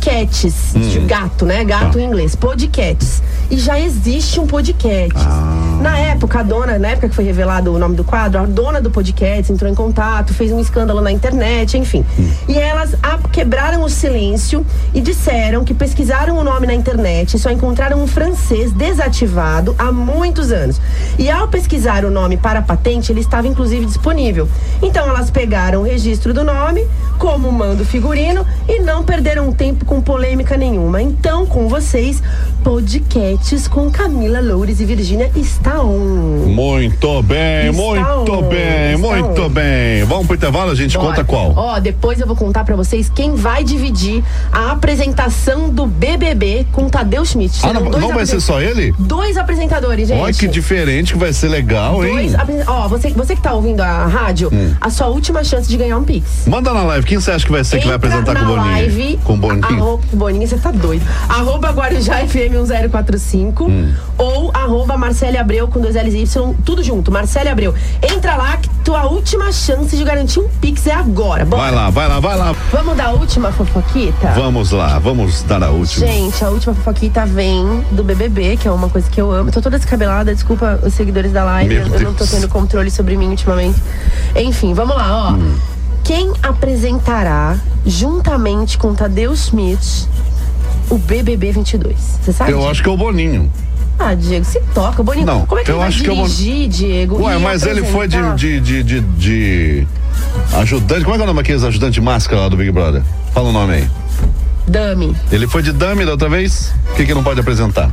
[SPEAKER 4] podcasts. De gato, né? Gato
[SPEAKER 3] Hum. Tá.
[SPEAKER 4] em inglês. Podcasts. E já existe um podcast.
[SPEAKER 3] Ah.
[SPEAKER 4] Na época, a dona, na época que foi revelado o nome do quadro, a dona do podcast entrou em contato, fez um escândalo na internet, enfim.
[SPEAKER 3] Hum.
[SPEAKER 4] E elas a- quebraram o silêncio e disseram que pesquisaram o nome na internet e só encontraram um francês desativado há muitos anos. E ao pesquisar o nome para a patente, ele estava inclusive disponível. Então elas pegaram o registro do nome, como mando figurino, e não perderam tempo com polêmica nenhuma. Então, com vocês, podcasts com Camila Loures e Virgínia está on.
[SPEAKER 3] Muito bem,
[SPEAKER 4] Está
[SPEAKER 3] muito
[SPEAKER 4] on,
[SPEAKER 3] bem,
[SPEAKER 4] está
[SPEAKER 3] muito
[SPEAKER 4] on.
[SPEAKER 3] bem. Vamos pro intervalo, a gente conta
[SPEAKER 4] Bora.
[SPEAKER 3] qual.
[SPEAKER 4] Ó, depois eu vou contar pra vocês quem vai dividir a apresentação do BBB com Tadeu Schmidt.
[SPEAKER 3] ah,
[SPEAKER 4] Serão
[SPEAKER 3] não,
[SPEAKER 4] dois
[SPEAKER 3] não vai ser
[SPEAKER 4] apresen-
[SPEAKER 3] só ele?
[SPEAKER 4] Dois apresentadores, gente.
[SPEAKER 3] Olha que diferente, que vai ser legal, hein?
[SPEAKER 4] Dois apresen- Ó, você, você que tá ouvindo a rádio,
[SPEAKER 3] Hum.
[SPEAKER 4] a sua última chance de ganhar um Pix.
[SPEAKER 3] Manda na live, quem você acha que vai ser que vai
[SPEAKER 4] Entra
[SPEAKER 3] apresentar
[SPEAKER 4] na
[SPEAKER 3] com o Boninho?
[SPEAKER 4] Live,
[SPEAKER 3] Com o Boninho?
[SPEAKER 4] Arroba, com o Boninho, você tá doido. Arroba Guarujá FM 91045
[SPEAKER 3] Hum.
[SPEAKER 4] ou arroba Marcele Abreu com dois L's e Y, tudo junto, Marcele Abreu. Entra lá que tua última chance de garantir um Pix é agora. Bora.
[SPEAKER 3] Vai lá, vai lá, vai lá.
[SPEAKER 4] Vamos dar a última fofoquita?
[SPEAKER 3] Vamos lá, vamos dar a última.
[SPEAKER 4] Gente, a última fofoquita vem do BBB, que é uma coisa que eu amo. Eu tô toda descabelada, desculpa os seguidores da live.
[SPEAKER 3] Meu
[SPEAKER 4] eu eu não tô
[SPEAKER 3] Deus.
[SPEAKER 4] tendo controle sobre mim ultimamente. Enfim, vamos lá, ó.
[SPEAKER 3] Hum.
[SPEAKER 4] Quem apresentará, juntamente com Tadeu Schmidt, o BBB 22? Você sabe?
[SPEAKER 3] Eu
[SPEAKER 4] disso?
[SPEAKER 3] acho que é o Boninho.
[SPEAKER 4] Ah, Diego, se toca. Boninho,
[SPEAKER 3] Não,
[SPEAKER 4] como é que
[SPEAKER 3] eu
[SPEAKER 4] ele vai
[SPEAKER 3] acho que eu vou-
[SPEAKER 4] dirigir, Diego?
[SPEAKER 3] Ué,
[SPEAKER 4] e
[SPEAKER 3] mas ele foi de,
[SPEAKER 4] apresentar?
[SPEAKER 3] de, de, de, de ajudante. Como é que é o nome daqueles ajudante de máscara lá do Big Brother? Fala o nome aí.
[SPEAKER 4] Dami.
[SPEAKER 3] Ele foi de dummy da outra vez? O que, que não pode apresentar?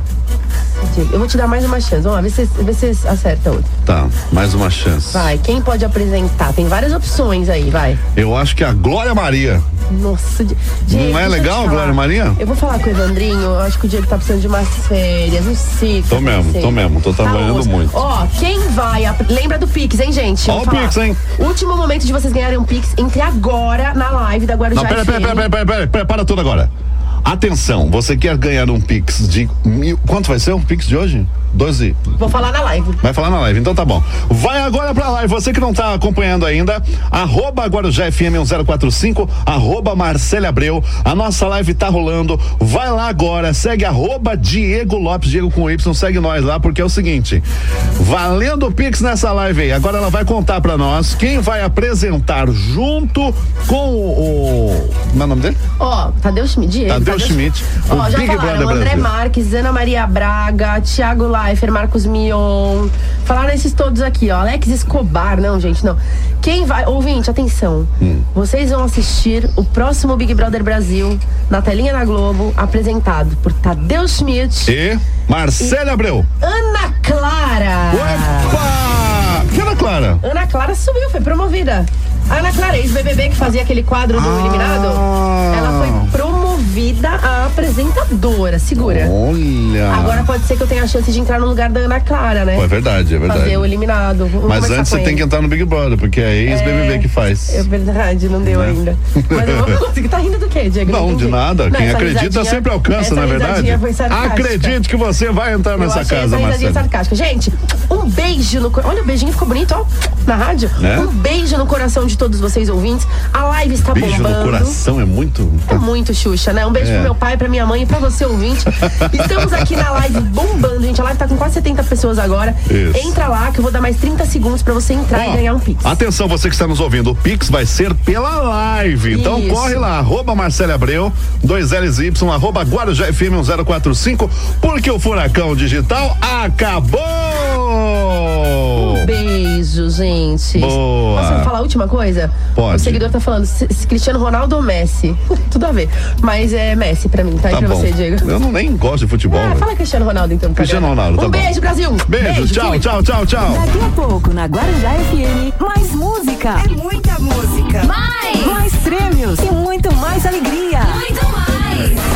[SPEAKER 4] Diego, eu vou te dar mais uma chance. Vamos lá, vê se vê se vocês acertam outra.
[SPEAKER 3] Tá, mais uma chance.
[SPEAKER 4] Vai, quem pode apresentar? Tem várias opções aí, vai.
[SPEAKER 3] Eu acho que é a Glória Maria.
[SPEAKER 4] Nossa, Di- Diego,
[SPEAKER 3] Não é
[SPEAKER 4] deixa eu
[SPEAKER 3] legal,
[SPEAKER 4] te falar.
[SPEAKER 3] Glória Maria?
[SPEAKER 4] Eu vou falar com o Evandrinho, eu acho que o Diego tá precisando de umas férias, não sei.
[SPEAKER 3] Tô mesmo, tô mesmo, tô trabalhando muito.
[SPEAKER 4] Tá Ó, quem vai. ap- Lembra do Pix, hein, gente?
[SPEAKER 3] Ó
[SPEAKER 4] Vou
[SPEAKER 3] o
[SPEAKER 4] falar.
[SPEAKER 3] Pix, hein?
[SPEAKER 4] Último momento de vocês ganharem um Pix entre agora é na live da Guarujá.
[SPEAKER 3] Não, pera, pera,
[SPEAKER 4] FM.
[SPEAKER 3] pera, pera, pera, pera, pera, para tudo agora. Atenção, você quer ganhar um Pix de mil. Quanto vai ser um Pix de hoje? 12.
[SPEAKER 4] Vou falar na live.
[SPEAKER 3] Vai falar na live, então tá bom. Vai agora pra live, você que não tá acompanhando ainda, arroba Guarujá um FM 1045, arroba Marcele Abreu, a nossa live tá rolando, vai lá agora, segue arroba Diego Lopes, Diego com Y, segue nós lá, porque é o seguinte, valendo o Pix nessa live aí, agora ela vai contar pra nós quem vai apresentar junto com o... como é o nome dele?
[SPEAKER 4] Ó, Tadeu Schmidt, Diego.
[SPEAKER 3] Tadeu Schmidt,
[SPEAKER 4] Ó,
[SPEAKER 3] o
[SPEAKER 4] já
[SPEAKER 3] Big
[SPEAKER 4] falaram,
[SPEAKER 3] Brother
[SPEAKER 4] André
[SPEAKER 3] Brasil.
[SPEAKER 4] Marques, Ana Maria Braga, Thiago Leifert, Marcos Mion. Falaram esses todos aqui, ó. Alex Escobar, não, gente, não. Quem vai. Ouvinte, atenção.
[SPEAKER 3] Hum.
[SPEAKER 4] Vocês vão assistir o próximo Big Brother Brasil na telinha da Globo, apresentado por Tadeu Schmidt,
[SPEAKER 3] E Marcele Abreu.
[SPEAKER 4] Ana Clara.
[SPEAKER 3] Opa! Que era Clara?
[SPEAKER 4] Ana Clara subiu, foi promovida. A Ana Clara, ex-BBB que fazia aquele quadro do
[SPEAKER 3] Ah.
[SPEAKER 4] eliminado, ela foi promovida a apresentadora. Segura.
[SPEAKER 3] Olha!
[SPEAKER 4] Agora pode ser que eu tenha a chance de entrar no lugar da Ana Clara, né?
[SPEAKER 3] Pô, é verdade, é verdade.
[SPEAKER 4] Fazer o eliminado. Vamos
[SPEAKER 3] Mas
[SPEAKER 4] conversar
[SPEAKER 3] antes
[SPEAKER 4] com
[SPEAKER 3] você tem que
[SPEAKER 4] ele.
[SPEAKER 3] entrar no Big Brother, porque é ex-BBB
[SPEAKER 4] É.
[SPEAKER 3] que faz.
[SPEAKER 4] É verdade, não deu ainda. Mas eu não consigo. Tá rindo do quê, Diego?
[SPEAKER 3] Né? Não, de
[SPEAKER 4] entendi.
[SPEAKER 3] nada.
[SPEAKER 4] Não,
[SPEAKER 3] Quem
[SPEAKER 4] essa
[SPEAKER 3] acredita
[SPEAKER 4] risadinha-
[SPEAKER 3] sempre alcança,
[SPEAKER 4] essa
[SPEAKER 3] não é verdade?
[SPEAKER 4] risadinha foi sarcástica.
[SPEAKER 3] Acredite que você vai entrar
[SPEAKER 4] Eu
[SPEAKER 3] nessa
[SPEAKER 4] achei
[SPEAKER 3] casa,
[SPEAKER 4] essa risadinha
[SPEAKER 3] Marcelo.
[SPEAKER 4] sarcástica. Gente, um beijo no coração. Olha, o beijinho ficou bonito, ó, na rádio.
[SPEAKER 3] Né?
[SPEAKER 4] Um beijo no coração de todos vocês ouvintes. A live está
[SPEAKER 3] Beijo
[SPEAKER 4] bombando.
[SPEAKER 3] no coração é muito.
[SPEAKER 4] É muito Xuxa, né? Um beijo
[SPEAKER 3] É.
[SPEAKER 4] pro meu pai, pra minha mãe e pra você, ouvinte. Estamos aqui na live bombando, gente. A live tá com quase 70 pessoas agora.
[SPEAKER 3] Isso.
[SPEAKER 4] Entra lá que eu vou dar mais 30 segundos pra você entrar
[SPEAKER 3] Ó, ah,
[SPEAKER 4] e ganhar um Pix.
[SPEAKER 3] Atenção, você que está nos ouvindo, o Pix vai ser pela live. Então
[SPEAKER 4] Isso.
[SPEAKER 3] corre lá, arroba Marcelo Abreu, 2LY, arroba Guarujá um FM 1045, porque o Furacão Digital acabou!
[SPEAKER 4] Beijo, gente.
[SPEAKER 3] Boa. Tá
[SPEAKER 4] Posso falar a última coisa?
[SPEAKER 3] Pode.
[SPEAKER 4] O seguidor tá falando, se- se Cristiano Ronaldo ou Messi? Tudo a ver. Mas é Messi pra mim, tá?
[SPEAKER 3] Tá
[SPEAKER 4] e pra
[SPEAKER 3] bom.
[SPEAKER 4] você, Diego?
[SPEAKER 3] Eu não nem gosto de futebol.
[SPEAKER 4] Ah,
[SPEAKER 3] velho.
[SPEAKER 4] fala Cristiano Ronaldo então. pra
[SPEAKER 3] Cristiano
[SPEAKER 4] galera.
[SPEAKER 3] Ronaldo, tá
[SPEAKER 4] Um
[SPEAKER 3] bom.
[SPEAKER 4] beijo, Brasil.
[SPEAKER 3] Beijo, tchau,
[SPEAKER 4] fui.
[SPEAKER 3] tchau, tchau, tchau.
[SPEAKER 5] Daqui a pouco na Guarujá FM, mais música,
[SPEAKER 6] É muita música.
[SPEAKER 7] Mais!
[SPEAKER 5] mais prêmios e muito mais alegria.
[SPEAKER 7] Muito mais!